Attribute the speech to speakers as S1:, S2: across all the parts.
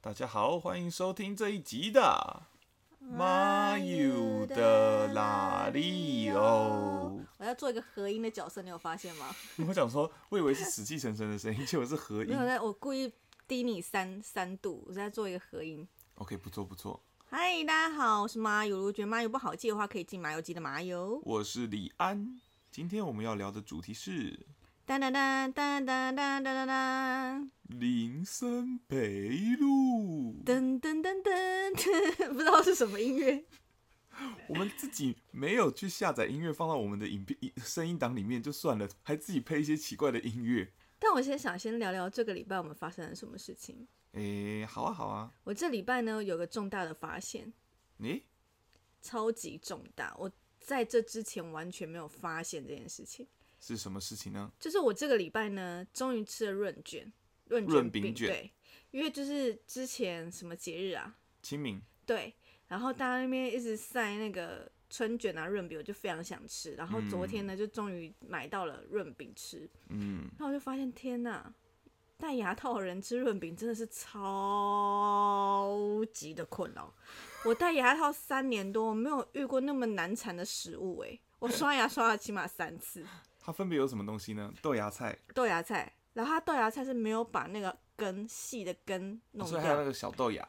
S1: 大家好，欢迎收听这一集的《马友的拉力哦》。
S2: 我要做一个合音的角色，你有发现吗？
S1: 我想说，我以为是死气沉沉的声音，结果是合
S2: 没
S1: 音
S2: 有。在，我故意低你三三度，我是在做一个合音。
S1: OK，不错不错。
S2: 嗨，大家好，我是麻油。如果觉得麻油不好记的话，可以进麻油鸡的麻油。
S1: 我是李安，今天我们要聊的主题是
S2: 当当当当当当当当
S1: 林森北路。
S2: 当噔噔噔噔，不知道是什么音乐。
S1: 我们自己没有去下载音乐放到我们的影片声音档里面就算了，还自己配一些奇怪的音乐。
S2: 但我先想先聊聊这个礼拜我们发生了什么事情。
S1: 诶、好啊好啊，
S2: 我这礼拜呢有个重大的发现，
S1: 诶、
S2: 超级重大。我在这之前完全没有发现这件事情。
S1: 是什么事情呢？
S2: 就是我这个礼拜呢，终于吃了润卷，润
S1: 润
S2: 卷
S1: 饼
S2: 饼
S1: 卷
S2: 对，因为就是之前什么节日啊，
S1: 清明，
S2: 对，然后大家那边一直晒那个春卷啊、润饼，我就非常想吃。然后昨天呢，就终于买到了润饼吃，
S1: 嗯，
S2: 然后我就发现，天呐，戴牙套的人吃润饼真的是超级的困扰。我戴牙套三年多，我没有遇过那么难缠的食物诶、我刷牙刷了起码三次。
S1: 它分别有什么东西呢？豆芽菜，
S2: 豆芽菜，然后它豆芽菜是没有把那个根细的根弄
S1: 所以还有那
S2: 掉。
S1: 个小豆芽，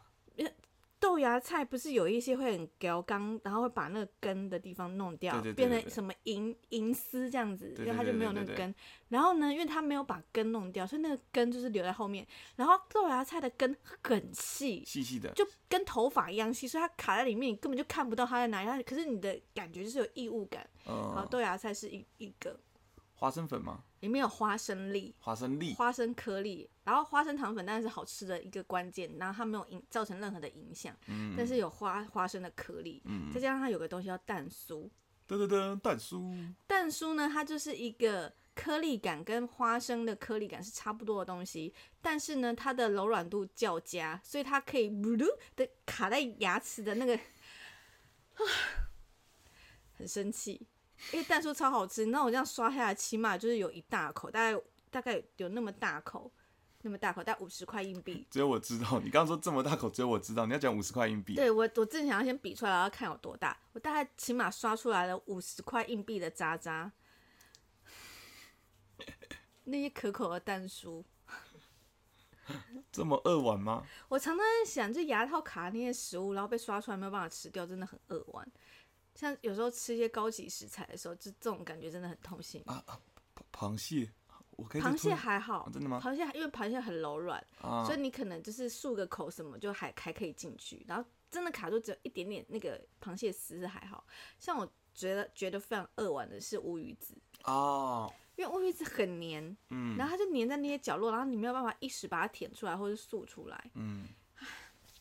S2: 豆芽菜不是有一些会很高刚，然后会把那个根的地方弄掉，
S1: 对对对对
S2: 变
S1: 对
S2: 成什么银银丝这样子，
S1: 对对
S2: 因为它就没有那
S1: 对
S2: 个
S1: 对对
S2: 根。然后呢，因为它没有把根弄掉，所以那个根就是留在后面。然后豆芽菜的根很细，
S1: 细细的，
S2: 就跟头发一样细，所以它卡在里面，你根本就看不到它在哪里。它可是你的感觉就是有异物感。然后
S1: 嗯，
S2: 豆芽菜是一一个，
S1: 花生粉吗？
S2: 里面有花生粒，
S1: 花生粒，
S2: 花生颗粒，然后花生糖粉当然是好吃的一个关键，然后它没有影造成任何的影响，但是有花花生的颗粒，再加上它有个东西叫蛋酥，
S1: 噔噔噔，蛋酥，
S2: 蛋酥呢它就是一个颗粒感跟花生的颗粒感是差不多的东西，但是呢它的柔软度较佳，所以它可以咕噜的卡在牙齿的那个，啊 很生气，因为蛋酥超好吃，那我这样刷下来起码就是有一大口，大概大概有那么大口。那么大口，大概五十块硬币。
S1: 只有我知道。你刚刚说这么大口，只有我知道。你要讲五十块硬币，啊
S2: 对我，我正想要先比出来，然后看有多大。我大概起码刷出来了五十块硬币的渣渣，那些可口的蛋酥。
S1: 这么饿碗吗？
S2: 我常常在想，就牙套卡那些食物，然后被刷出来没有办法吃掉，真的很扼腕。像有时候吃一些高级食材的时候，就这种感觉真的很痛心。
S1: 啊啊，螃螃蟹，我可以再
S2: 螃蟹
S1: 吞
S2: 还好，
S1: 啊真的吗
S2: 螃蟹因为螃蟹很柔软，
S1: 啊
S2: 所以你可能就是漱个口什么就还还可以进去，然后真的卡住只有一点点那个螃蟹丝是还好。像我觉得觉得非常扼腕的是乌鱼子，
S1: 啊，
S2: 因为乌鱼子很黏，
S1: 嗯
S2: 然后它就黏在那些角落，然后你没有办法一时把它舔出来或者漱出来，
S1: 嗯，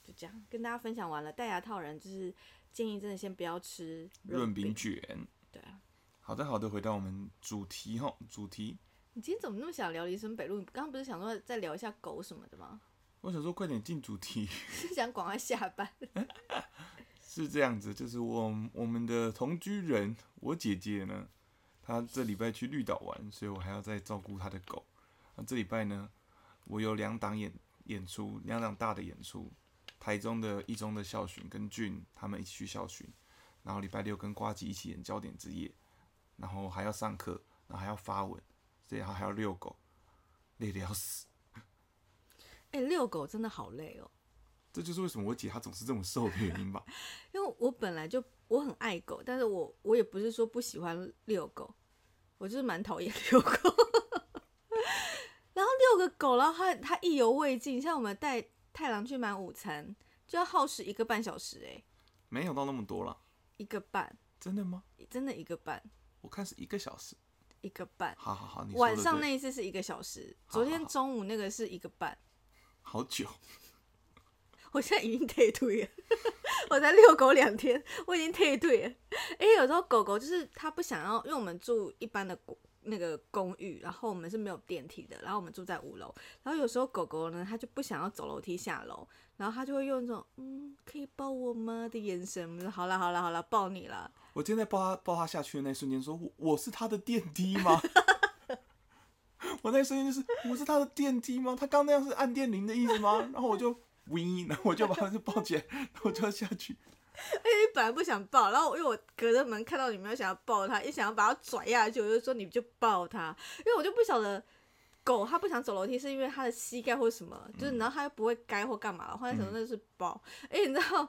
S2: 就这样跟大家分享完了。戴牙套人就是建议真的先不要吃
S1: 润饼
S2: 饼，
S1: 卷。
S2: 对啊。
S1: 好的好的，回到我们主题哈，主题。
S2: 你今天怎么那么想聊林森北路？你刚刚不是想说再聊一下狗什么的吗？
S1: 我想说，快点进主题。
S2: 是想赶快下 班？
S1: 是这样子，就是我我们的同居人，我姐姐呢，她这礼拜去绿岛玩，所以我还要再照顾她的狗。那这礼拜呢，我有两档演演出，两档大的演出，台中的一中的校巡跟俊他们一起去校巡，然后礼拜六跟瓜吉一起演焦点之夜，然后还要上课，然后还要发文，所以然后还要遛狗，累得要死。
S2: 哎、遛狗真的好累哦，
S1: 这就是为什么我姐她总是这么瘦的原因吧。
S2: 因为我本来就我很爱狗，但是我我也不是说不喜欢遛狗，我就是蛮讨厌遛狗。 然后遛个狗，然后它它意犹未尽，像我们带太郎去买午餐，就要耗时一个半小时、哎，
S1: 没有到那么多啦，
S2: 一个半，
S1: 真的吗？
S2: 真的一个半，
S1: 我看是一个小时。
S2: 一个半。
S1: 好好好，你说得
S2: 晚上
S1: 对
S2: 那一次是一个小时，
S1: 好好
S2: 昨
S1: 好
S2: 天中午那个是一个半，
S1: 好久，
S2: 我现在已经退队了， 我才遛狗两天，我已经退队了。因为有时候狗狗就是它不想要，因为我们住一般的公那个公寓，然后我们是没有电梯的，然后我们住在五楼，然后有时候狗狗呢，它就不想要走楼梯下楼，然后它就会用那种嗯，可以抱我吗的眼神，我说好啦好啦好啦，抱你啦。
S1: 我今天在抱他抱他下去的那一瞬间说，我我是他的电梯 吗？我那一瞬间就是我是他的电梯吗？他刚那样是按电铃的意思吗？然后我就喂，然后我就把它就抱起来，然后就要下去。
S2: 因为本来不想抱，然后因为我隔着门看到你们想要抱它，一想要把它拽下去，我就说你就抱它，因为我就不晓得狗它不想走楼梯是因为它的膝盖或什么，就是然后它又不会该或干嘛，我后来想说那是抱，哎、你知道。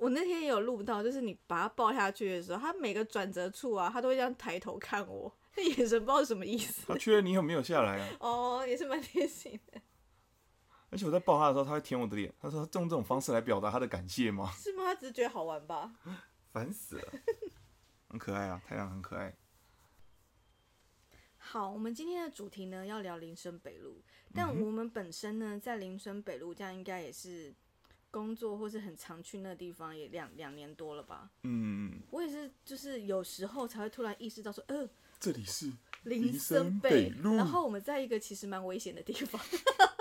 S2: 我那天也有录到，就是你把它抱下去的时候，它每个转折处啊，它都会这样抬头看我，那眼神不知道什么意思。
S1: 它确认你有没有下来啊？
S2: 哦，也是蛮贴心的，
S1: 而且我在抱它的时候，它会舔我的脸。它说它用这种方式来表达它的感谢吗？
S2: 是吗？它只是觉得好玩吧？
S1: 烦死了，很可爱啊，太阳很可爱。
S2: 好，我们今天的主题呢要聊林森北路，但我们本身呢在林森北路，这样应该也是工作或是很常去那地方，也两两年多了吧。
S1: 嗯，
S2: 我也是，就是有时候才会突然意识到说，呃，
S1: 这里是
S2: 林
S1: 林
S2: 森
S1: 森
S2: 北
S1: 北，路
S2: 然后我们在一个其实蛮危险的地方。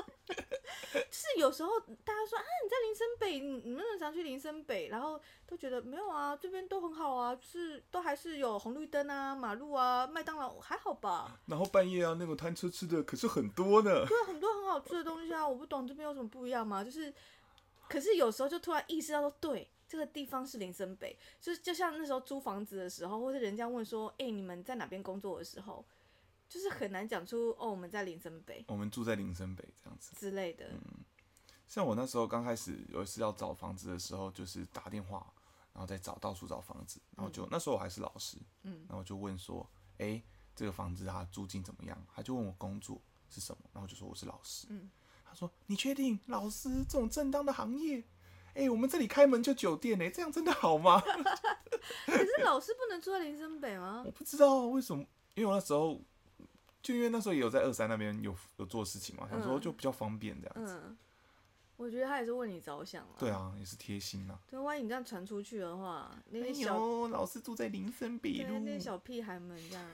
S2: 就是有时候大家说啊，你在林森北，你你们很常去林森北，然后都觉得没有啊，这边都很好啊，就是都还是有红绿灯啊、马路啊、麦当劳还好吧。
S1: 然后半夜啊，那种贪吃吃的可是很多呢。
S2: 对，啊很多很好吃的东西啊，我不懂这边有什么不一样吗？就是，可是有时候就突然意识到说，对，这个地方是林森北，就是就像那时候租房子的时候，或是人家问说，哎、你们在哪边工作的时候，就是很难讲出哦，我们在林森北
S1: 我们住在林森北这样子。
S2: 之类的。
S1: 嗯像我那时候刚开始有一次要找房子的时候，就是打电话，然后再找到处找房子，然后就、那时候我还是老师，
S2: 嗯，
S1: 然后就问说，哎、这个房子它租金怎么样？他就问我工作是什么，然后我就说我是老师，
S2: 嗯，
S1: 他说你确定老师这种正当的行业？哎、我们这里开门就酒店呢、这样真的好吗？
S2: 可是老师不能住在林森北吗
S1: 我？不知道为什么，因为我那时候就因为那时候也有在二三那边有有做事情嘛，想说
S2: 嗯
S1: 就比较方便这样子。
S2: 嗯，我觉得他也是为你着想啊。
S1: 对，啊，也是贴心啊。
S2: 对，万一你这样传出去的话，那
S1: 哎
S2: 些小、
S1: 呦，老师住在林森北
S2: 对啊
S1: 路
S2: 那。些小屁孩们这样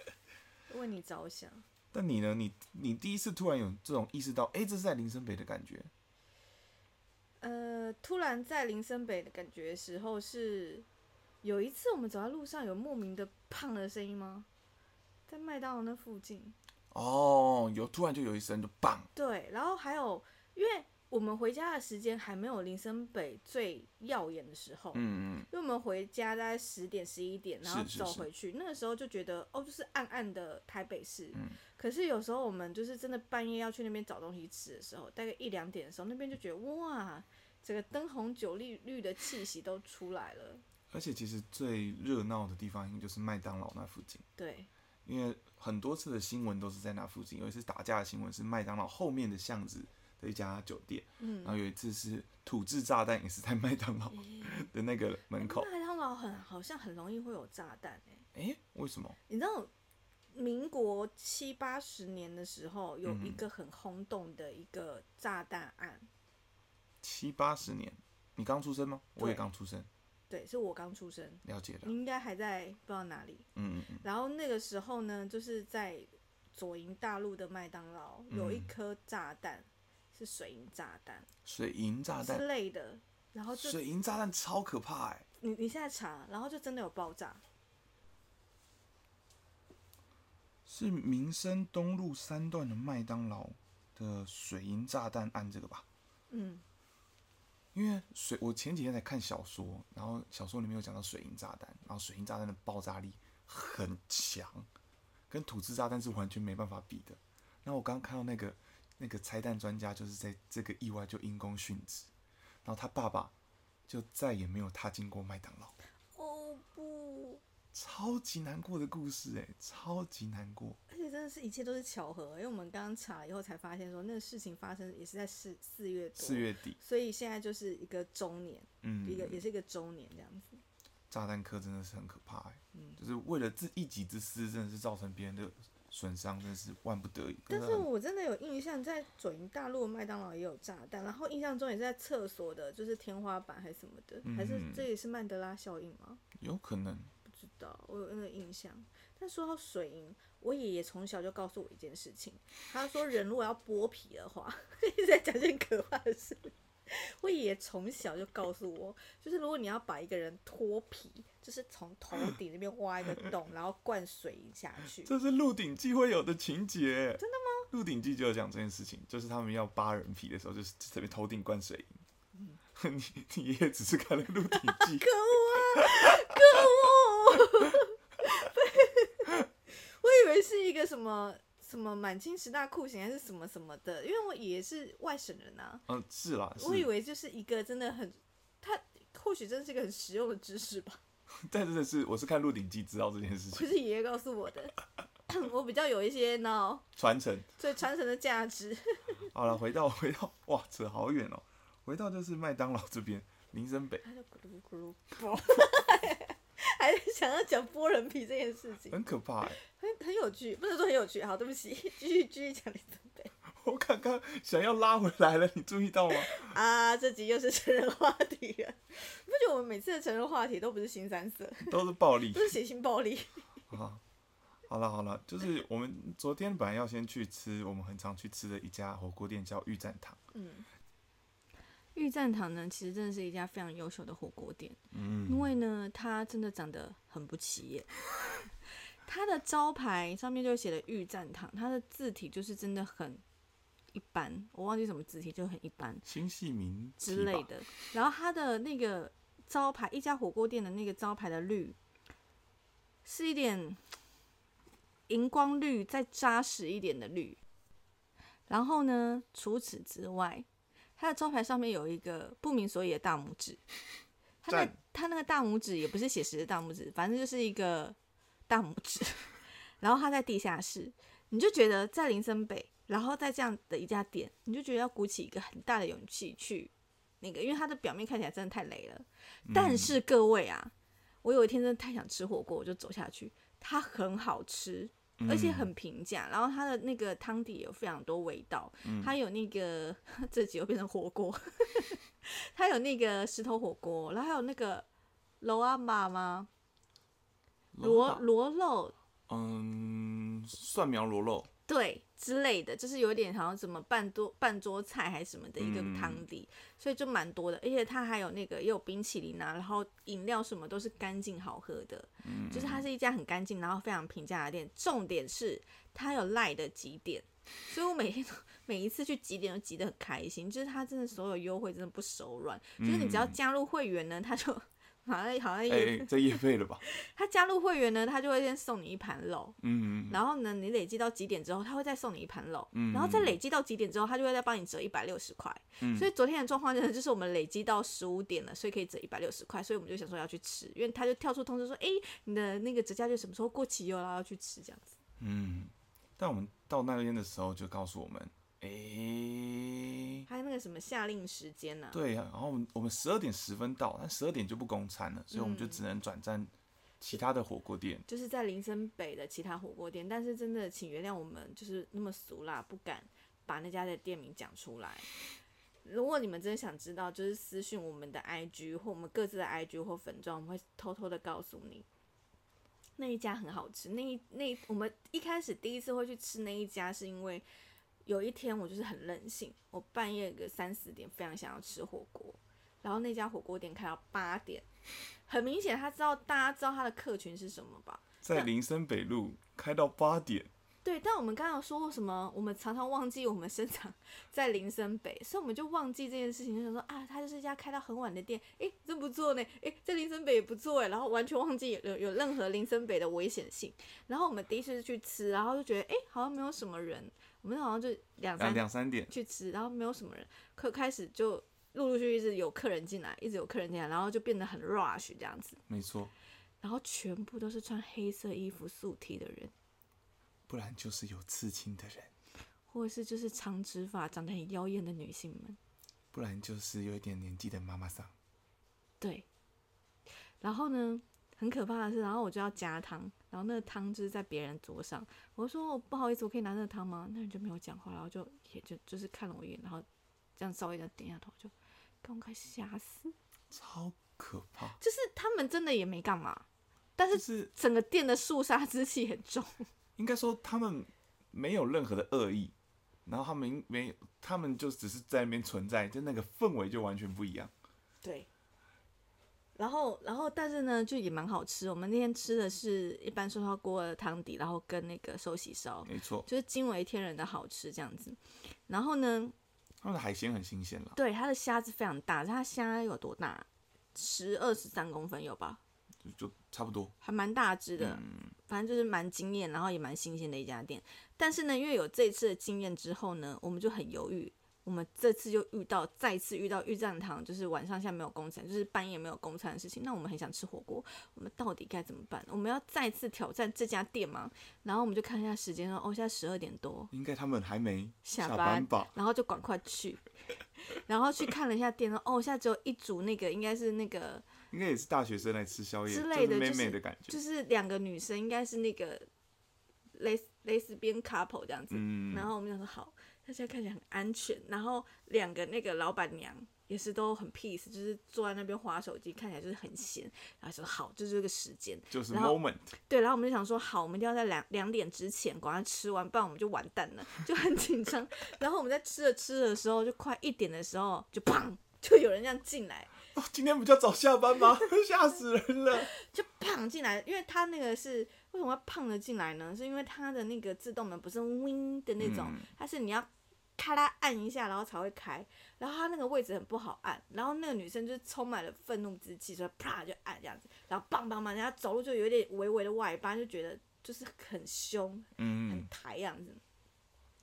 S2: 为你着想。
S1: 但你呢？你你第一次突然有这种意识到，哎、这是在林森北的感觉。
S2: 呃，突然在林森北的感觉的时候是，有一次我们走在路上有莫名的胖的声音吗？在麦当劳那附近。
S1: 哦，有突然就有一声就棒，
S2: 对，然后还有，因为我们回家的时间还没有林森北最耀眼的时候，
S1: 嗯嗯，
S2: 因为我们回家大概十点十一点，然后
S1: 是是
S2: 走
S1: 是
S2: 回去，那个时候就觉得哦，就是暗暗的台北市。
S1: 嗯
S2: 可是有时候我们就是真的半夜要去那边找东西吃的时候，大概一两点的时候，那边就觉得哇，整个灯红酒绿绿的气息都出来了。
S1: 而且其实最热闹的地方应该就是麦当劳那附近，
S2: 对，
S1: 因为很多次的新闻都是在那附近。有一次打架的新闻是麦当劳后面的巷子的一家酒店，然
S2: 嗯，
S1: 后有一次是土制炸弹，也是在麦当劳的那个门口。
S2: 麦当劳很好像很容易会有炸弹哎、
S1: 哎、为什么？
S2: 你知道民国七八十年的时候有一
S1: 嗯
S2: 个很轰动的一个炸弹案，
S1: 七八十年，你刚出生吗？我也
S2: 对
S1: 刚出生，
S2: 对，是我刚出生，
S1: 了解了
S2: 你。应该还在不知道哪里。
S1: 嗯嗯嗯，
S2: 然后那个时候呢，就是在左营大陆的麦当劳有一
S1: 嗯
S2: 颗炸弹，是水银炸弹
S1: 水银炸弹
S2: 之，类的，然后就
S1: 水银炸弹超可怕哎、
S2: 你你现在查，然后就真的有爆炸，
S1: 是民生东路三段的麦当劳的水银炸弹案这个吧？
S2: 嗯，
S1: 因为水，我前几天才看小说，然后小说里面有讲到水银炸弹，然后水银炸弹的爆炸力很强，跟土制炸弹是完全没办法比的。然后我刚刚看到那个那个拆弹专家，就是在这个意外就因公殉职，然后他爸爸就再也没有踏进过麦当劳，
S2: 哦不，
S1: 超级难过的故事哎、超级难过。
S2: 而且真的是一切都是巧合，因为我们刚刚查了以后才发现说那个事情发生也是在四四月多，
S1: 四，月底，
S2: 所以现在就是一个周年，
S1: 嗯，
S2: 一个也是一个周年这样子，
S1: 炸弹客真的是很可怕、欸，
S2: 嗯
S1: 就是为了自一己之私，真的是造成别人的损伤，真的是万不得已。
S2: 但
S1: 真
S2: 是
S1: 的很
S2: 我真的有印象，在左营大陆的麦当劳也有炸弹，然后印象中也是在厕所的，就是天花板还是什么的，还是
S1: 嗯
S2: 这也是曼德拉效应吗？
S1: 有可能，
S2: 不知道，我有那个印象。但说到水银，我爷爷从小就告诉我一件事 情，他说人如果要剥皮的话，一直在讲件可怕的事。我丽也从小就告诉我，就是如果你要把一个人脱皮，就是从头顶那边挖一个洞，然后灌水银下去。
S1: 这是《鹿鼎记》会有的情节。真的吗？《鹿鼎记》就有讲这件事情，就是他们要扒人皮的时候，就是特别头顶灌水银。
S2: 嗯
S1: 你你也只是看了《鹿鼎记》
S2: 可恶啊！可恶！我以为是一个什么什么满清十大酷刑还是什么什么的，因为我也是外省人啊，
S1: 嗯，是啦，
S2: 我以
S1: 是，
S2: 为就是一个真的很，他或许真的是一个很实用的知识吧，
S1: 但真的是我是看《鹿鼎记》知道这件事
S2: 不
S1: 情
S2: 是爷爷告诉我的。我比较有一些呢，
S1: 传承。
S2: 对传承的价值。
S1: 好了，回到 回到，哇，扯好远哦。回到就是麦当劳这边，林森北
S2: 他就咕噜咕噜剥，还是想要讲剥人皮这件事情，
S1: 很可怕哎。
S2: 很很有趣，不能说很有趣。好，对不起，继续继续讲林森北
S1: 我刚刚想要拉回来了，你注意到吗？
S2: 啊，这集又是成人话题了。你不觉得我们每次的成人话题都不是新三色，
S1: 都是暴力
S2: 都是血腥暴力？
S1: 啊。好了好了，就是我们昨天本来要先去吃我们很常去吃的一家火锅店，叫御战堂。
S2: 嗯， 御战堂呢，其实真的是一家非常优秀的火锅店。
S1: 嗯，
S2: 因为呢，它真的长得很不起眼。 它的招牌上面就写的“御战堂”，它的字体就是真的很一般，我忘记什么字体，就很一般
S1: 新系名
S2: 之类
S1: 吧。
S2: 的。然后它的那个招牌，一家火锅店的那个招牌的绿，是一点荧光绿，再扎实一点的绿。然后呢，除此之外，它的招牌上面有一个不明所以的大拇指。它那
S1: 赞
S2: 它那个大拇指也不是写实的大拇指，反正就是一个大拇指。 然后它在地下室，你就觉得在林森北，然后在这样的一家店，你就觉得要鼓起一个很大的勇气去那个，因为它的表面看起来真的太雷了。但是各位啊，我有一天真的太想吃火锅，我就走下去，它很好吃，而
S1: 嗯
S2: 且很平价，然后它的那个汤底有非常多味道，它有那个 这集又变成火锅， 它有那个石头火锅，然后还有那个罗阿玛吗？罗
S1: 罗
S2: 罗肉
S1: 嗯，蒜苗螺肉，
S2: 对之类的，就是有点好像怎么半桌半桌菜还是什么的一个
S1: 嗯
S2: 汤底，所以就蛮多的，而且它还有那个也有冰淇淋啊，然后饮料什么都是干净好喝的，
S1: 嗯
S2: 就是它是一家很干净，然后非常平价的店。重点是它有赖的几点，所以我每天都每一次去几点都集得很开心，就是它真的所有优惠真的不手软，就是你只要加入会员呢，它就 好像好像
S1: 哎、
S2: 也、
S1: 嗯哎，这夜配了吧？
S2: 它加入会员呢，它就会先送你一盘肉，
S1: 嗯，
S2: 然后呢，你累积到几点之后，他会再送你一盘肉，
S1: 嗯
S2: 然后再累积到几点之后，他就会再帮你折一百六十块。
S1: 嗯
S2: 所以昨天的状况真的就是我们累积到十五点了，所以可以折一百六十块，所以我们就想说要去吃，因为他就跳出通知说，哎，你的那个折价券什么时候过期哟，然后要去吃这样子。
S1: 嗯，但我们到那边的时候就告诉我们，哎、
S2: 还有那个什么夏令时间呢、
S1: 对啊，然后我们我们十二点十分到，但十二点就不供餐了，所以我们就
S2: 嗯
S1: 只能转战其他的火锅店。
S2: 就是在林森北的其他火锅店，但是真的请原谅我们，就是那么俗啦，不敢把那家的店名讲出来。如果你们真的想知道，就是私讯我们的 IG 或我们各自的 IG 或粉妆，我们会偷偷的告诉你。那一家很好吃，那一那一我们一开始第一次会去吃那一家，是因为有一天我就是很任性，我半夜个三四点非常想要吃火锅，然后那家火锅店开到八点，很明显他知道大家知道他的客群是什么吧？
S1: 在林森北路开到八点，
S2: 对，但我们刚刚有说过什么？我们常常忘记我们生长 在林森北，所以我们就忘记这件事情，就想说啊，它就是一家开到很晚的店，诶，真不错呢，诶，在林森北也不错欸诶，然后完全忘记有有任何林森北的危险性。然后我们第一次去吃，然后就觉得诶，好像没有什么人，我们好像就两
S1: 啊
S2: 三
S1: 两三点，
S2: 去吃，然后没有什么人，可开始就陆陆续续一直有客人进来，一直有客人进来，然后就变得很 rush 这样子，
S1: 没错，
S2: 然后全部都是穿黑色衣服素 T 的人。
S1: 不然就是有刺青的人，
S2: 或者是就是长直发、长得很妖艳的女性们，
S1: 不然就是有一点年纪的妈妈桑。
S2: 对。然后呢，很可怕的是，然后我就要加汤，然后那个汤就是在别人桌上，我说我不好意思，我可以拿那个汤吗？那人就没有讲话，然后就也就就是看了我一眼，然后这样稍微的点一下头，就刚快吓死。
S1: 超可 怕，
S2: 就是他们真的也没干嘛，但
S1: 就是是
S2: 整个店的肃杀之气很重。
S1: 应该说他们没有任何的恶意，然后他们没，他们就只是在那边存在，就那个氛围就完全不一样。
S2: 对。然后，然后，但是呢，就也蛮好吃。我们那天吃的是一般寿烧锅的汤底，然后跟那个寿喜烧，
S1: 没错，
S2: 就是惊为天人的好吃这样子。然后呢，
S1: 他们的海鲜很新鲜了，
S2: 对它的虾子非常大，它虾有多大？十二十三公分有吧？
S1: 就就差不多。
S2: 还蛮大只的，反正就是蛮惊艳，然后也蛮新鲜的一家店。但是呢，因为有这次的经验之后呢，我们就很犹豫。我们这次又遇到，再次遇到玉战堂，就是晚上现在没有公餐，就是半夜没有公餐的事情。那我们很想吃火锅，我们到底该怎么办？我们要再次挑战这家店吗？然后我们就看一下时间，说哦，现在十二点多，
S1: 应该他们还没
S2: 下
S1: 班
S2: 班
S1: 吧？
S2: 然后就赶快去， 然后去看了一下店，说哦，现在只有一组那个，应该是那个
S1: 应该也是大学生来吃宵夜，
S2: 之类的
S1: 就是妹
S2: 就是
S1: 妹的感觉。
S2: 就是两个女生，应该是那个蕾丝蕾丝边 couple 这样子。
S1: 嗯，
S2: 然后我们想说好，大家看起来很安全。然后两个那个老板娘也是都很 peace，就是坐在那边划手机，看起来就是很闲。然后说好，就是这个时间。
S1: 就是
S2: 然后
S1: moment，
S2: 对，然后我们就想说好，我们一定要在两两点之前赶快吃完，不然我们就完蛋了，就很紧张。 然后我们在吃着吃着的时候，就快一点的时候，就砰，就有人这样进来。
S1: 哦，今天比较早下班吗？ 吓死人了！嗯
S2: 就胖进来，因为他那个是为什么要胖的进来呢？是因为他的那个自动门不是 wing 的那种
S1: 嗯，
S2: 它是你要咔啦按一下，然后才会开。然后他那个位置很不好按，然后那个女生就是充满了愤怒之气，所以啪就按这样子，然后棒棒棒，人家走路就有点微微的外八，就觉得就是很凶、很
S1: 嗯，
S2: 抬这样子。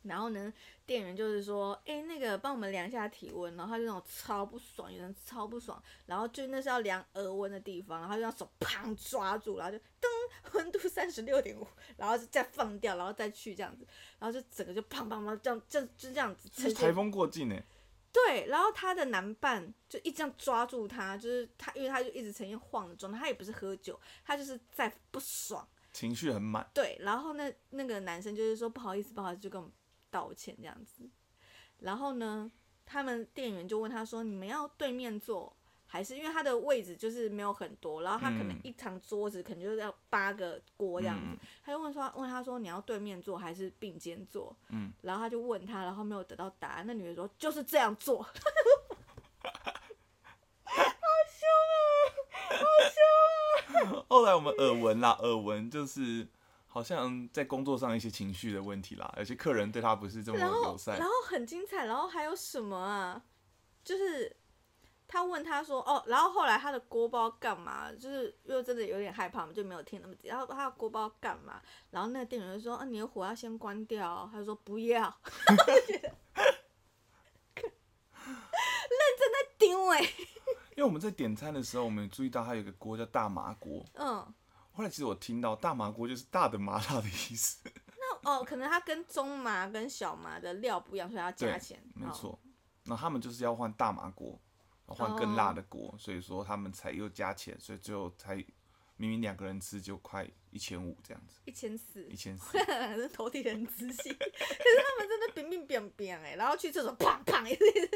S2: 然后呢，店员就是说，哎、那个帮我们量一下体温，然后他就那种超不爽，有人超不爽，然后就那是要量额温的地方，然后就用手砰抓住，然后就噔， 温度三十六点五，然后就再放掉，然后再去这样子，然后就整个就砰砰砰这样，就就这样子
S1: 是
S2: 呈
S1: 台
S2: 现。
S1: 风过境哎，
S2: 对，然后他的男伴就一直这样抓住他，就是他，因为他就一直呈现晃的状态，他也不是喝酒，他就是在不爽。
S1: 情绪很满，
S2: 对，然后那那个男生就是说不好意思，不好意思，就跟我们道歉这样子。然后呢，他们店员就问他说：“你们要对面坐，还是因为他的位置就是没有很多，然后他可能
S1: 嗯
S2: 一张桌子可能就是要八个锅这样子。
S1: 嗯
S2: 他就问说：“问他说你要对面坐还是并肩坐？”
S1: 嗯，
S2: 然后他就问他，然后没有得到答案。那女的说：“就是这样坐。”
S1: 哦后来我们耳闻啦，耳闻就是好像在工作上一些情绪的问题啦，有些客人对他不是这么
S2: 然
S1: 友
S2: 后，
S1: 善
S2: 然。后很精彩，然后还有什么啊？就是他问他说，哦，然后后来他的锅包干嘛？就是因为真的有点害怕嘛，就没有听那么仔细。然后他的锅包干嘛？然后那个店员就说，啊，你的火要先关掉哦。他就说不要， 我就觉得认真在欸顶位。
S1: 因为我们在点餐的时候，我们注意到它有一个锅叫大麻锅。
S2: 嗯，
S1: 后来其实我听到大麻锅就是大的麻辣的意思，
S2: 哦，可能他跟中麻跟小麻的料不一样，所以要加
S1: 对
S2: 钱。
S1: 没
S2: 哦
S1: 错。那他们就是要换大麻锅，换更辣的锅，所以说他们才又加钱，所以最后才明明两个人吃就快一千五这样子，
S2: 一千四
S1: 一，千四。
S2: 这 投递很仔细，可是他们真的乒乒乓乓哎，然后去厕所砰砰一直，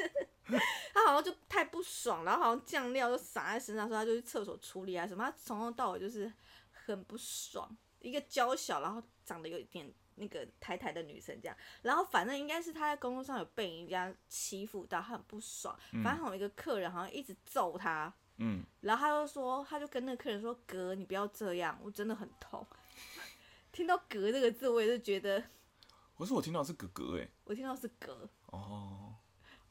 S2: 他好像就太不爽，然后好像酱料就洒在身上，说他就去厕所处理啊什么，他从头到尾就是很不爽，一个娇小然后长得有一点那个台台的女生这样，然后反正应该是他在工作上有被人家欺负到，他很不爽，反正有一个客人好像一直揍他，
S1: 嗯，
S2: 然后他就说，他就跟那个客人说：“哥，你不要这样，我真的很痛。”听到“哥”这个字，我也是觉得，
S1: 可是我听到是哥哥哎、
S2: 我听到是“哥
S1: 哦，”，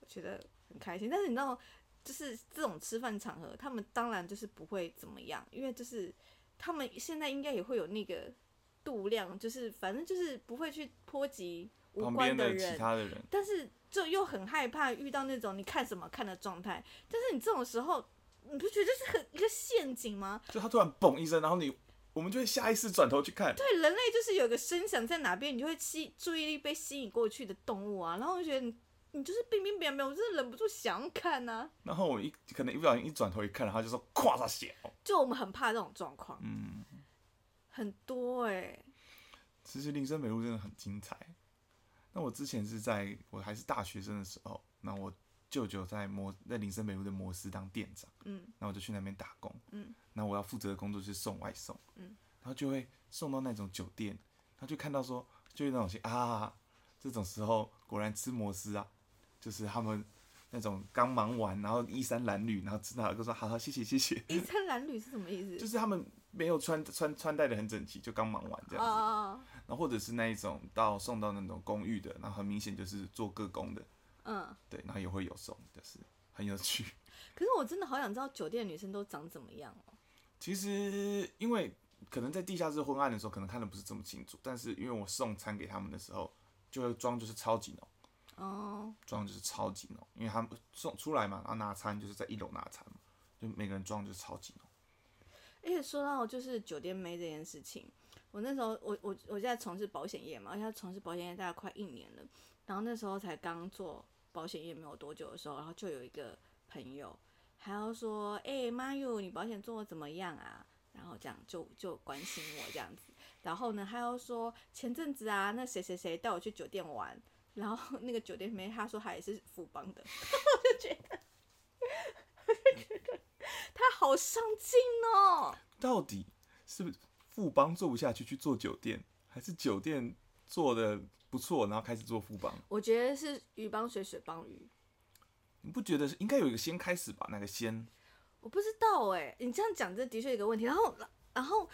S2: 我觉得很开心。但是你知道，就是这种吃饭场合，他们当然就是不会怎么样，因为就是他们现在应该也会有那个度量，就是反正就是不会去波及无
S1: 旁边
S2: 关
S1: 的
S2: 人
S1: 其。他的人，
S2: 但是就又很害怕遇到那种你看什么看的状态。但是你这种时候，你不觉得这是很一个陷阱吗？
S1: 就他突然嘣一声，然后你我们就会下意识转头去看，
S2: 对，人类就是有个声响在哪边，你就会吸注意力被吸引过去的动物啊。然后我就觉得你你就是冰冰冰冰，我真的忍不住想要看啊呐、
S1: 然后我一可能一不小心一转头一看，然后他就说跨他小，
S2: 就我们很怕这种状况，
S1: 嗯，
S2: 很多哎、
S1: 其实林森北路真的很精彩。那我之前是在我还是大学生的时候，那我舅舅在摩在林森北路的摩斯当店长，
S2: 嗯，
S1: 那我就去那边打工，
S2: 嗯，
S1: 那我要负责的工作就是送外送，
S2: 嗯，
S1: 然后就会送到那种酒店，他就看到说，就会那种些啊，这种时候果然吃摩斯啊，就是他们那种刚忙完，然后衣衫褴褛，然后吃到了就说好好谢谢谢谢，
S2: 衣衫褴褛是什么意思？
S1: 就是他们没有穿穿穿戴的很整齐，就刚忙完这样子。
S2: 哦
S1: 然后或者是那一种到送到那种公寓的，然后很明显就是做个工的，
S2: 哦哦，嗯。
S1: 对，然后也会有送，就是很有趣。
S2: 可是我真的好想知道酒店的女生都长怎么样哦。
S1: 其实因为可能在地下室昏暗的时候，可能看的不是这么清楚，但是因为我送餐给他们的时候，就会妆就是超级浓，
S2: 哦，
S1: 妆就是超级浓，因为他们送出来嘛，然后拿餐就是在一楼拿餐嘛，就每个人妆就是超级浓。
S2: 而且说到就是酒店妹这件事情，我那时候我我我现在从事保险业嘛，而且从事保险业大概快一年了，然后那时候才刚做保险业没有多久的时候，然后就有一个朋友，还要说，哎、妈哟，你保险做的怎么样啊？然后这样就就关心我这样子，然后呢，他又说前阵子啊，那谁谁谁带我去酒店玩，然后那个酒店妹她说她也是富邦的，我就觉得，我就觉得她好上进哦。
S1: 到底是富邦做不下去去做酒店，还是酒店做的不错，然后开始做富邦？
S2: 我觉得是鱼帮水，水帮鱼。
S1: 你不觉得是应该有一个先开始吧？那个先
S2: 我不知道哎、你这样讲这的确有一个问题。然后，然后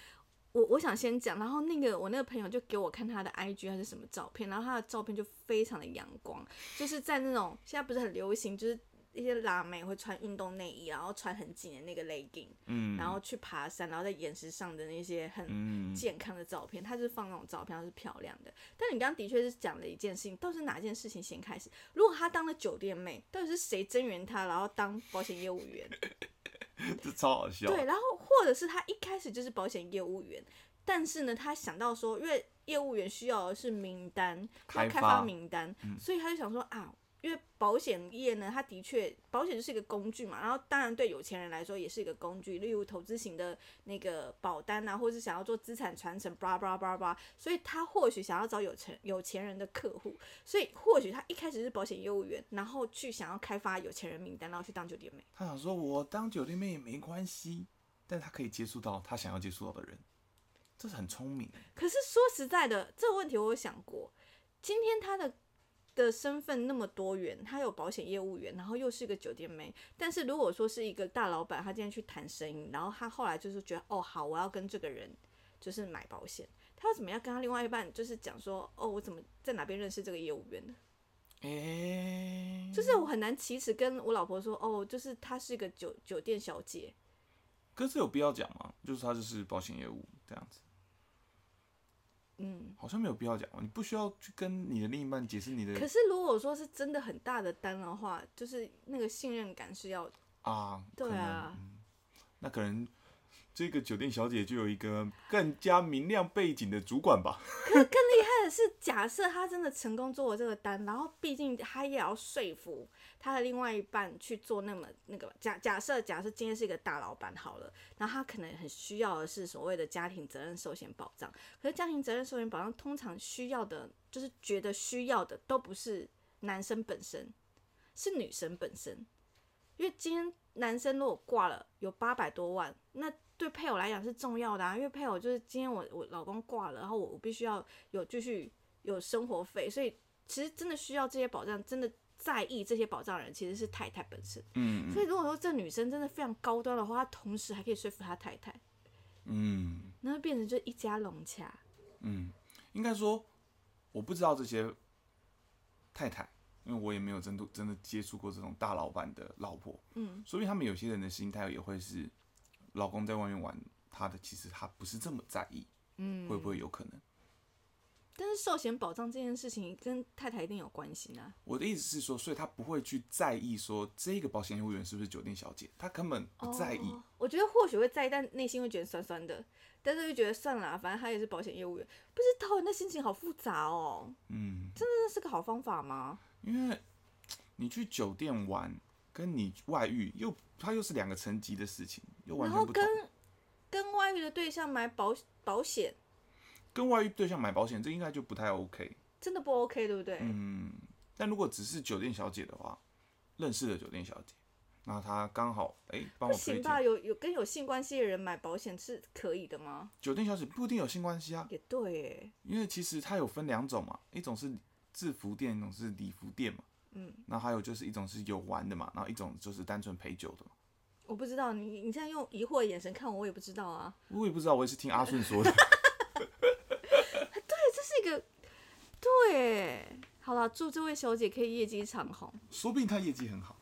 S2: 我我想先讲，然后那个我那个朋友就给我看他的 IG 还是什么照片，然后他的照片就非常的阳光，就是在那种现在不是很流行，就是一些辣妹会穿运动内衣，然后穿很紧的那个 legging，
S1: 嗯
S2: 然后去爬山，然后在岩石上的那些很
S1: 嗯，
S2: 健康的照片，他就是放那种照片，它是漂亮的。但你刚刚的确是讲了一件事情，到底是哪件事情先开始？如果他当了酒店妹，到底是谁增援他，然后当保险业务员？
S1: 这超好笑。
S2: 对，然后或者是他一开始就是保险业务员，但是呢，他想到说，因为业务员需要的是名单，要
S1: 开
S2: 开
S1: 发嗯
S2: 发名单，所以他就想说啊。因为保险业呢，它的确保险就是一个工具嘛，然后当然对有钱人来说也是一个工具，例如投资型的那个保单啊，或是想要做资产传承，巴拉巴拉巴拉巴拉，所以他或许想要找有钱有钱人的客户，所以或许他一开始是保险业务员，然后去想要开发有钱人名单，然后去当酒店妹。
S1: 他想说，我当酒店妹也没关系，但他可以接触到他想要接触到的人，这是很聪明的。
S2: 可是说实在的，这个问题我有想过。今天他的的身份那么多元，他有保险业务员，然后又是个酒店妹。但是如果说是一个大老板，他今天去谈生意，然后他后来就是觉得，哦，好，我要跟这个人就是买保险，他要怎么样跟他另外一半就是讲说，哦，我怎么在哪边认识这个业务员的？
S1: 诶、
S2: 就是我很难启齿跟我老婆说，哦，就是她是一个酒酒店小姐。
S1: 可是有必要讲吗？就是他就是保险业务这样子，
S2: 嗯，
S1: 好像没有必要讲嘛。你不需要去跟你的另一半解释你
S2: 可
S1: 的
S2: 是如果说是真的很大的单的话，就是那个信任感是要
S1: 啊，可
S2: 对
S1: 能
S2: 啊。
S1: 那可能这个酒店小姐就有一个更加明亮背景的主管吧。
S2: 但是假设他真的成功做了这个单，然后毕竟他也要说服他的另外一半去做那么那个假假设假设今天是一个大老板好了，然后他可能很需要的是所谓的家庭责任寿险保障，可是家庭责任寿险保障通常需要的，就是觉得需要的都不是男生本身，是女生本身，因为今天男生如果挂了有八百多万，那对配偶来讲是重要的啊，因为配偶就是今天我我老公挂了，然后我我必须要有继续有生活费，所以其实真的需要这些保障，真的在意这些保障的人其实是太太本身。
S1: 嗯
S2: 所以如果说这女生真的非常高端的话，她同时还可以说服她太太，
S1: 嗯
S2: 然后变成就一家融洽。
S1: 嗯，应该说我不知道这些太太，因为我也没有真的真的接触过这种大老板的老婆。
S2: 嗯，
S1: 所以他们有些人的心态也会是，老公在外面玩他的，其实他不是这么在意，
S2: 嗯，
S1: 会不会有可能？
S2: 但是寿险保障这件事情跟太太一定有关系啊呢、
S1: 我的意思是说，所以他不会去在意说这个保险业务员是不是酒店小姐，他根本不在意。
S2: 哦我觉得或许会在意，但内心会觉得酸酸的，但是就觉得算了啊、反正她也是保险业务员，不知道那心情好复杂哦。
S1: 嗯，
S2: 真的是个好方法吗？
S1: 因为你去酒店玩，跟你外遇又它又是两个层级的事情，又完
S2: 然
S1: 全
S2: 后
S1: 不同。
S2: 跟跟外遇的对象买保保险，
S1: 跟外遇对象买保险，这应该就不太 OK。
S2: 真的不 OK，对不对？
S1: 嗯，但如果只是酒店小姐的话，认识的酒店小姐，那她刚好哎帮、
S2: 不
S1: 我推
S2: 行
S1: 荐
S2: 吧？有有跟有性关系的人买保险是可以的吗？
S1: 酒店小姐不一定有性关系啊，
S2: 也对，哎，
S1: 因为其实它有分两种嘛，一种是制服店，一种是礼服店嘛，
S2: 嗯，
S1: 那还有就是一种是有玩的嘛，然后一种就是单纯陪酒的嘛。
S2: 我不知道你你现在用疑惑的眼神看我，我也不知道啊。
S1: 我也不知道，我也是听阿顺说的。
S2: 这是一个对，好了，祝这位小姐可以业绩长虹。
S1: 说不定他业绩很好。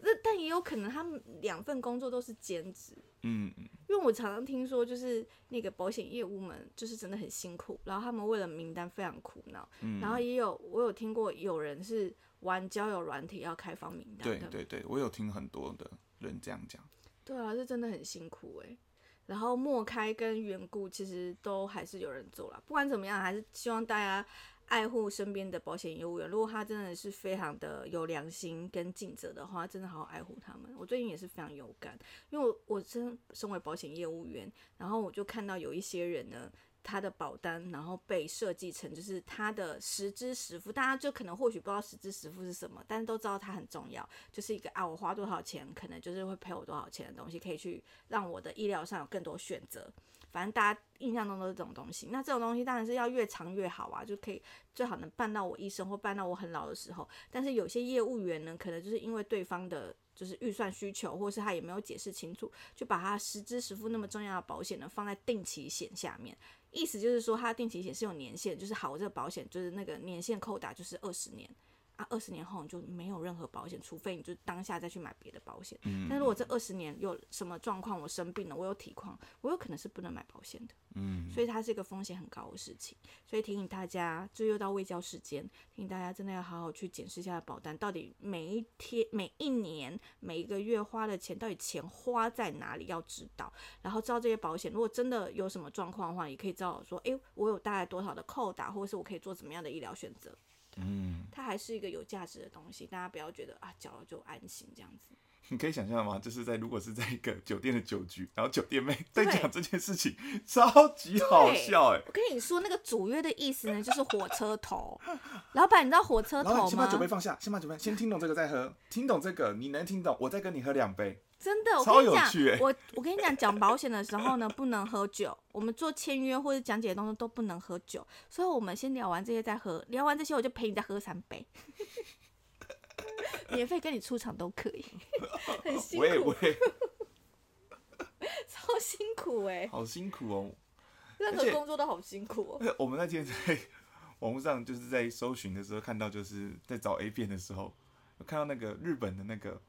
S2: 那但也有可能他们两份工作都是兼职，
S1: 嗯，嗯
S2: 因为我常常听说，就是那个保险业务们就是真的很辛苦，然后他们为了名单非常苦恼，然后也有我有听过有人是玩交友软体要开放名单
S1: 对
S2: 的，
S1: 对对，我有听很多的人这样讲。
S2: 对啊，这真的很辛苦哎、然后默开跟缘故其实都还是有人做了，不管怎么样，还是希望大家爱护身边的保险业务员。如果他真的是非常的有良心跟尽责的话，真的好好爱护他们。我最近也是非常有感，因为我我真身为保险业务员，然后我就看到有一些人呢。他的保单，然后被设计成就是他的实支实付，大家就可能或许不知道实支实付是什么，但是都知道它很重要。就是一个啊，我花多少钱，可能就是会赔我多少钱的东西，可以去让我的医疗上有更多选择。反正大家印象中都是这种东西，那这种东西当然是要越长越好啊，就可以最好能办到我一生或办到我很老的时候。但是有些业务员呢，可能就是因为对方的就是预算需求，或是他也没有解释清楚，就把他实支实付那么重要的保险呢放在定期险下面。意思就是说，他定期险是有年限，就是好，我这个保险就是那个年限扣打就是二十年，啊，二十年后你就没有任何保险，除非你就当下再去买别的保险。
S1: 嗯
S2: 但如果这二十年有什么状况，我生病了，我有体况，我有可能是不能买保险的，
S1: 嗯，
S2: 所以它是一个风险很高的事情。所以提醒大家，这又到未交时间，提醒大家真的要好好去检视一下保单，到底每一天、每一年、每一个月花的钱，到底钱花在哪里，要知道。然后知道这些保险，如果真的有什么状况的话，也可以知道说，诶，我有大概多少的扣打，或者是我可以做怎么样的医疗选择。
S1: 嗯，
S2: 它还是一个有价值的东西，大家不要觉得啊缴了就安心这样子。
S1: 你可以想象吗？就是在如果是在一个酒店的酒局，然后酒店妹在
S2: 对
S1: 讲这件事情，超级好笑哎、
S2: 我跟你说，那个主约的意思呢，就是火车头。老板，你知道火车
S1: 老板，
S2: 头
S1: 先把
S2: 吗
S1: 酒？杯放下，先把酒杯，先听懂这个再喝，听懂这个，你能听懂，我再跟你喝两杯。
S2: 真的，我
S1: 超
S2: 跟你
S1: 有
S2: 讲
S1: 趣欸，
S2: 我我跟你讲，讲保险的时候呢，不能喝酒。我们做签约或者讲解的动作都不能喝酒，所以我们先聊完这些再喝。聊完这些，我就陪你再喝三杯， 免费跟你出场都可 以，很辛
S1: 喂
S2: 苦，
S1: 喂，
S2: 超辛 苦哎、
S1: 好辛苦哦。
S2: 任
S1: 而
S2: 何
S1: 且
S2: 工作都好辛苦哦、
S1: 我们那天在 网络上就是在搜寻的时候看到，就是在找 A 片的时候，有看到那个日本的那个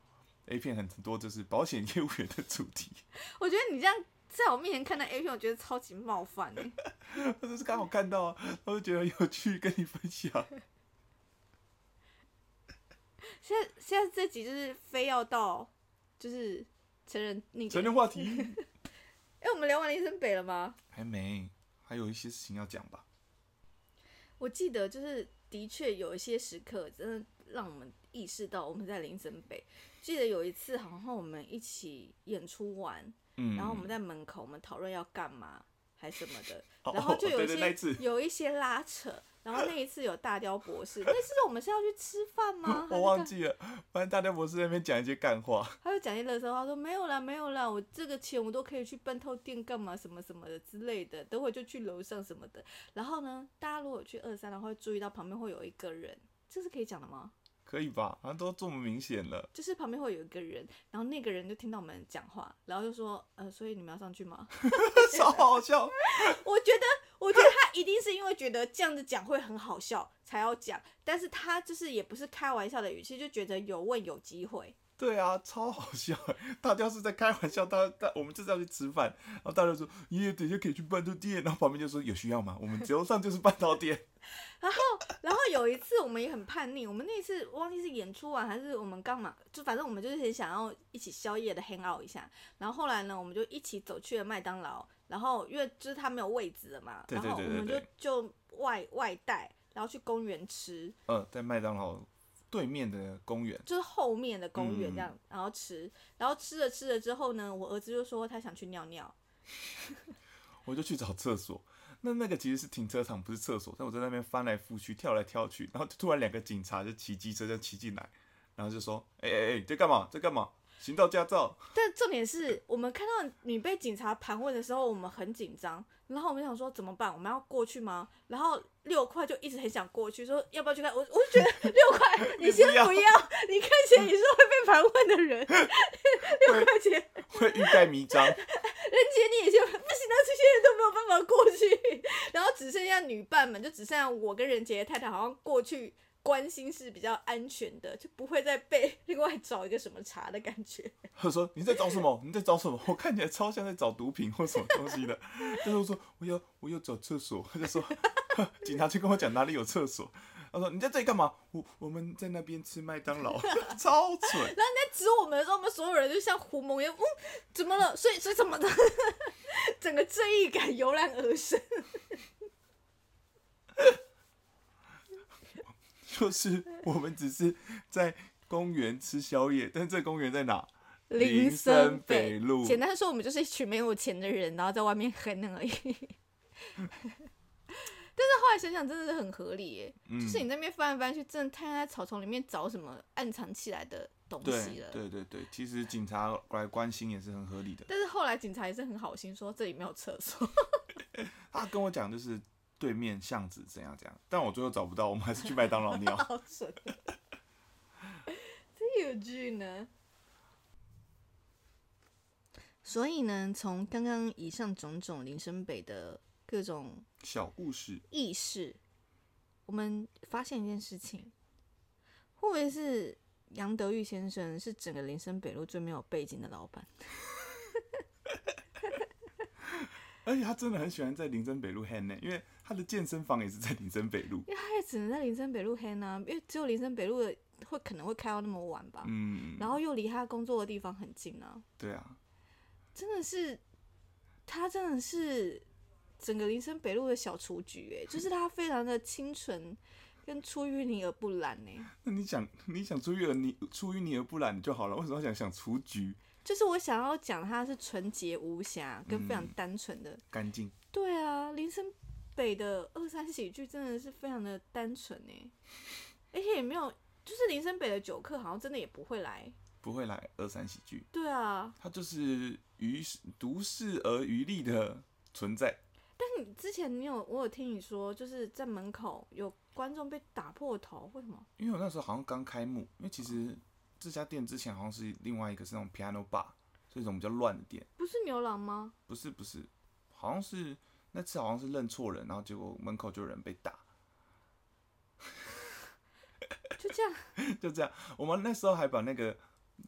S1: A 片很多，就是保险业务员的主题，
S2: 我觉得你这样在我面前看到 A 片，我觉得超级冒犯哎、
S1: 我就是刚好看到啊，我就觉得很有趣，跟你分享。
S2: 现在现在这集就是非要到就是成人那个，
S1: 成人话题
S2: 哎、我们聊完林森北了吗？
S1: 还没，还有一些事情要讲吧？
S2: 我记得就是的确有一些时刻，真的让我们意识到我们在林森北。记得有一次好像我们一起演出完，
S1: 嗯，
S2: 然后我们在门口我们讨论要干嘛还什么的，
S1: 哦
S2: 然后就有一
S1: 对
S2: 些、啊
S1: 对那一 次
S2: 有一些拉扯。然后那一次有大雕博士，那次我们是要去吃饭吗？
S1: 我忘记了，反正大家博士在那边讲一些干话，
S2: 他就讲一些乐色话，说没有啦，没有啦，我这个钱我都可以去奔透店干嘛什么什么的之类的，等会就去楼上什么的。然后呢，大家如果去二三的话，会注意到旁边会有一个人，这是可以讲的吗？
S1: 可以吧？好像都这么明显 了，
S2: 就是旁边会有一个人，然后那个人就听到我们讲话，然后就说，呃，所以你们要上去吗？
S1: 超好笑。
S2: 我觉得，我觉得他一定是因为觉得这样子讲会很好笑才要讲，但是他就是也不是开玩笑的语气，就觉得有问有机会。
S1: 对啊，超好笑欸！大家是在开玩笑，大大我们就是要去吃饭，然后大家说耶，等一下可以去半岛店，然后旁边就说有需要吗？我们楼上就是半岛店，
S2: 然后有一次我们也很叛逆，我们那一次忘记是演出完还是我们干嘛，就反正我们就是很想要一起宵夜的 hang out 一下。然后后来呢，我们就一起走去了麦当劳，然后因为就是他没有位置了嘛，
S1: 对对对
S2: 然后我们
S1: 对
S2: 就就外外带，然后去公园吃，
S1: 呃，在麦当劳对面的公园，
S2: 就是后面的公园
S1: 嗯
S2: 这样，然后吃，然后吃着吃着之后呢，我儿子就说他想去尿尿，
S1: 我就去找厕所。那那个其实是停车场，不是厕所，但我在那边翻来覆去，跳来跳去，然后就突然两个警察就骑机车就骑进来，然后就说：“哎哎哎，在干嘛？在干嘛？”行到驾照，
S2: 但重点是我们看到你被警察盘问的时候，我们很紧张，然后我们想说怎么办？我们要过去吗？然后六块就一直很想过去，说要不要去看？我我就觉 得六块，你先
S1: 你不要
S2: 不要，你看起来你是会被盘问的 人，六块钱，人
S1: 会欲盖弥彰。
S2: 杰你也先不行，那这些人都没有办法过去，然后只剩下女伴们，就只剩下我跟人杰的太太，好像过去。关心是比较安全的，就不会再被另外找一个什么查的感觉。
S1: 他说：“你在找什么？你在找什么？我看起来超像在找毒品或什么东西的。”但是我说：“我要我要找厕所。”他就说：“ 警察就跟我讲哪里有厕所。”他说：“你在这里干嘛？”我我们在那边吃麦当劳， 超蠢。
S2: 然后你在指我们的时候，我们所有人就像胡蒙一样，嗯，怎么了？所以所以怎么的？ 整个正义感油然而 生。
S1: 就是我们只是在公园吃宵夜，但是这公园在哪？
S2: 林
S1: 森
S2: 森
S1: 北路
S2: 简单说，我们就是一群没有钱的人，然后在外面哼而已。 但是后来想想，真的是很合理耶。
S1: 嗯，
S2: 就是你在那边翻来翻去，真的太像在草丛里面找什么暗藏起来的东西
S1: 对
S2: 了。
S1: 对对对，其实警察来关心也是很合理 的。
S2: 但是后来警察也是很好心，说这里没有厕所。
S1: 他跟我讲就是对面巷子怎样怎样，但我最后找不到，我们还是去麦当劳尿。
S2: 好蠢。 这有句呢。所以呢，从刚刚以上种种林森北的各种
S1: 小故事，
S2: 意识，我们发现一件事情，会不会是杨德玉先生是整个林森北路最没有背景的老板？
S1: 而且他真的很喜欢在林森北路 hang 呢、因为他的健身房也是在林森北路。
S2: 因为他也只能在林森北路黑呢，因为只有林森北路的会可能会开到那么晚吧，
S1: 嗯，
S2: 然后又离他工作的地方很近啊。
S1: 对啊，
S2: 真的是，他真的是整个林森北路的小雏菊哎，就是他非常的清纯，跟出淤泥而不染哎。
S1: 那你想你想出淤而你出淤泥而不染就好了，为什么要想想雏菊
S2: 就是我想要讲他是纯洁无瑕跟非常单纯的。
S1: 干净？
S2: 对啊，林森北的二三喜剧真的是非常的单纯哎，而且也没有，就是林森北的酒客好像真的也不会来。
S1: 不会来二三喜剧，
S2: 对啊，
S1: 他就是于独视而渔利的存在。
S2: 但你之前你有我有听你说，就是在门口有观众被打破头，为什么？
S1: 因为我那时候好像刚开幕，因为其实这家店之前好像是另外一个是那种 piano bar，是一种比较乱的店。
S2: 不是牛郎吗？
S1: 不是不是，好像是那次好像是认错人，然后结果门口就有人被打，
S2: 就这样。
S1: 就这样。我们那时候还把那个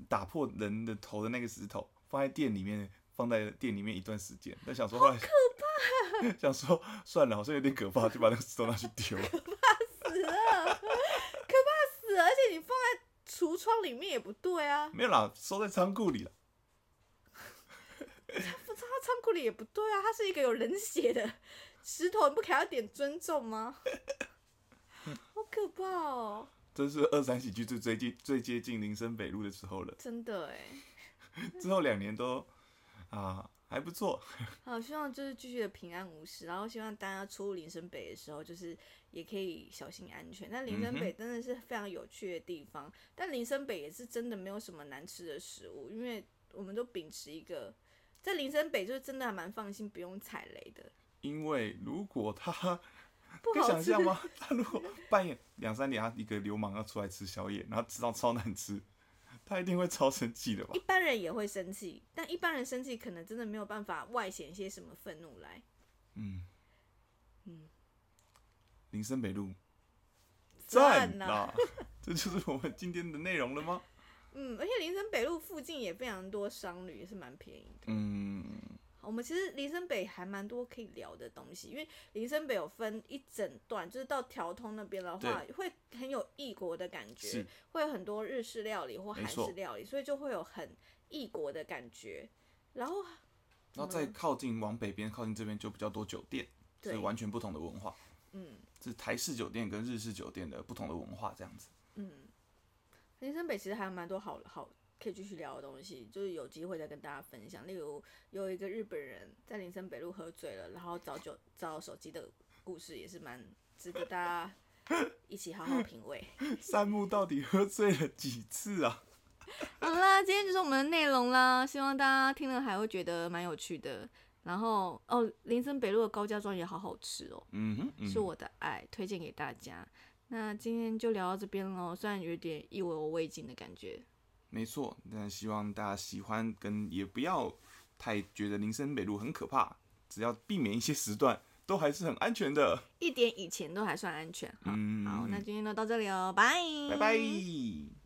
S1: 打破人的头的那个石头放在店里面，放在店里面一段时间，但想说后来 想说算了，好像有点可怕，就把那个石头拿去丢。
S2: 死了，可怕死了！而且你放在橱窗里面也不对啊，
S1: 没有啦，收在仓库里了。
S2: 放在他仓库里也不对啊，它是一个有人血的石头，你不给他点尊重吗？好可怕哦，
S1: 这是二三喜剧最最近最接近林森北路的时候了，
S2: 真的哎。
S1: 之后两年都啊还不错，
S2: 好，希望就是继续的平安无事，然后希望大家出入林森北的时候，就是也可以小心安全。但林森
S1: 嗯
S2: 北真的是非常有趣的地方，但林森北也是真的没有什么难吃的食物，因为我们都秉持一个在林森北就是真的还蛮放心，不用踩雷的，
S1: 因为如果他啊可
S2: 不
S1: 以
S2: 好
S1: 想
S2: 吃
S1: 象。吗？他如果半夜两三点，他一个流氓要出来吃宵夜，然后吃到超难吃，他一定会超生气的吧
S2: 一？般人也会生气，但一般人生气可能真的没有办法外显一些什么愤怒来。
S1: 嗯
S2: 嗯
S1: 林森北路
S2: 赞
S1: 赞
S2: 呐
S1: 啦！ 这就是我们今天的内容了吗？
S2: 嗯，而且林森北路附近也非常多商旅，也是蛮便宜的。
S1: 嗯，
S2: 我们其实林森北还蛮多可以聊的东西，因为林森北有分一整段，就是到调通那边的话，会很有异国的感觉
S1: 是，
S2: 会有很多日式料理或
S1: 没
S2: 韩
S1: 错
S2: 式料理，所以就会有很异国的感觉。然后
S1: 然后再靠近往北边，靠近这边就比较多酒店，
S2: 对
S1: 所以完全不同的文化。
S2: 嗯，
S1: 是台式酒店跟日式酒店的不同的文化，这样子。
S2: 嗯林森北其实还有蛮多好好可以继续聊的东西，就是有机会再跟大家分享。例如有一个日本人在林森北路喝醉了，然后找酒找手机的故事，也是蛮值得大家一起好好品味。
S1: 三木到底喝醉了几次啊？
S2: 好啦，今天就是我们的内容啦，希望大家听了还会觉得蛮有趣的。然后哦，林森北路的高家庄也好好吃哦，
S1: 嗯哼，嗯
S2: 是我的爱，推荐给大家。那今天就聊到这边喽，虽然有点意犹未尽的感觉。
S1: 没错。那希望大家喜欢，跟也不要太觉得林森北路很可怕，只要避免一些时段，都还是很安全的。
S2: 一点以前都还算安全哈。
S1: 嗯
S2: 好，那今天就到这里哦，拜
S1: 拜拜。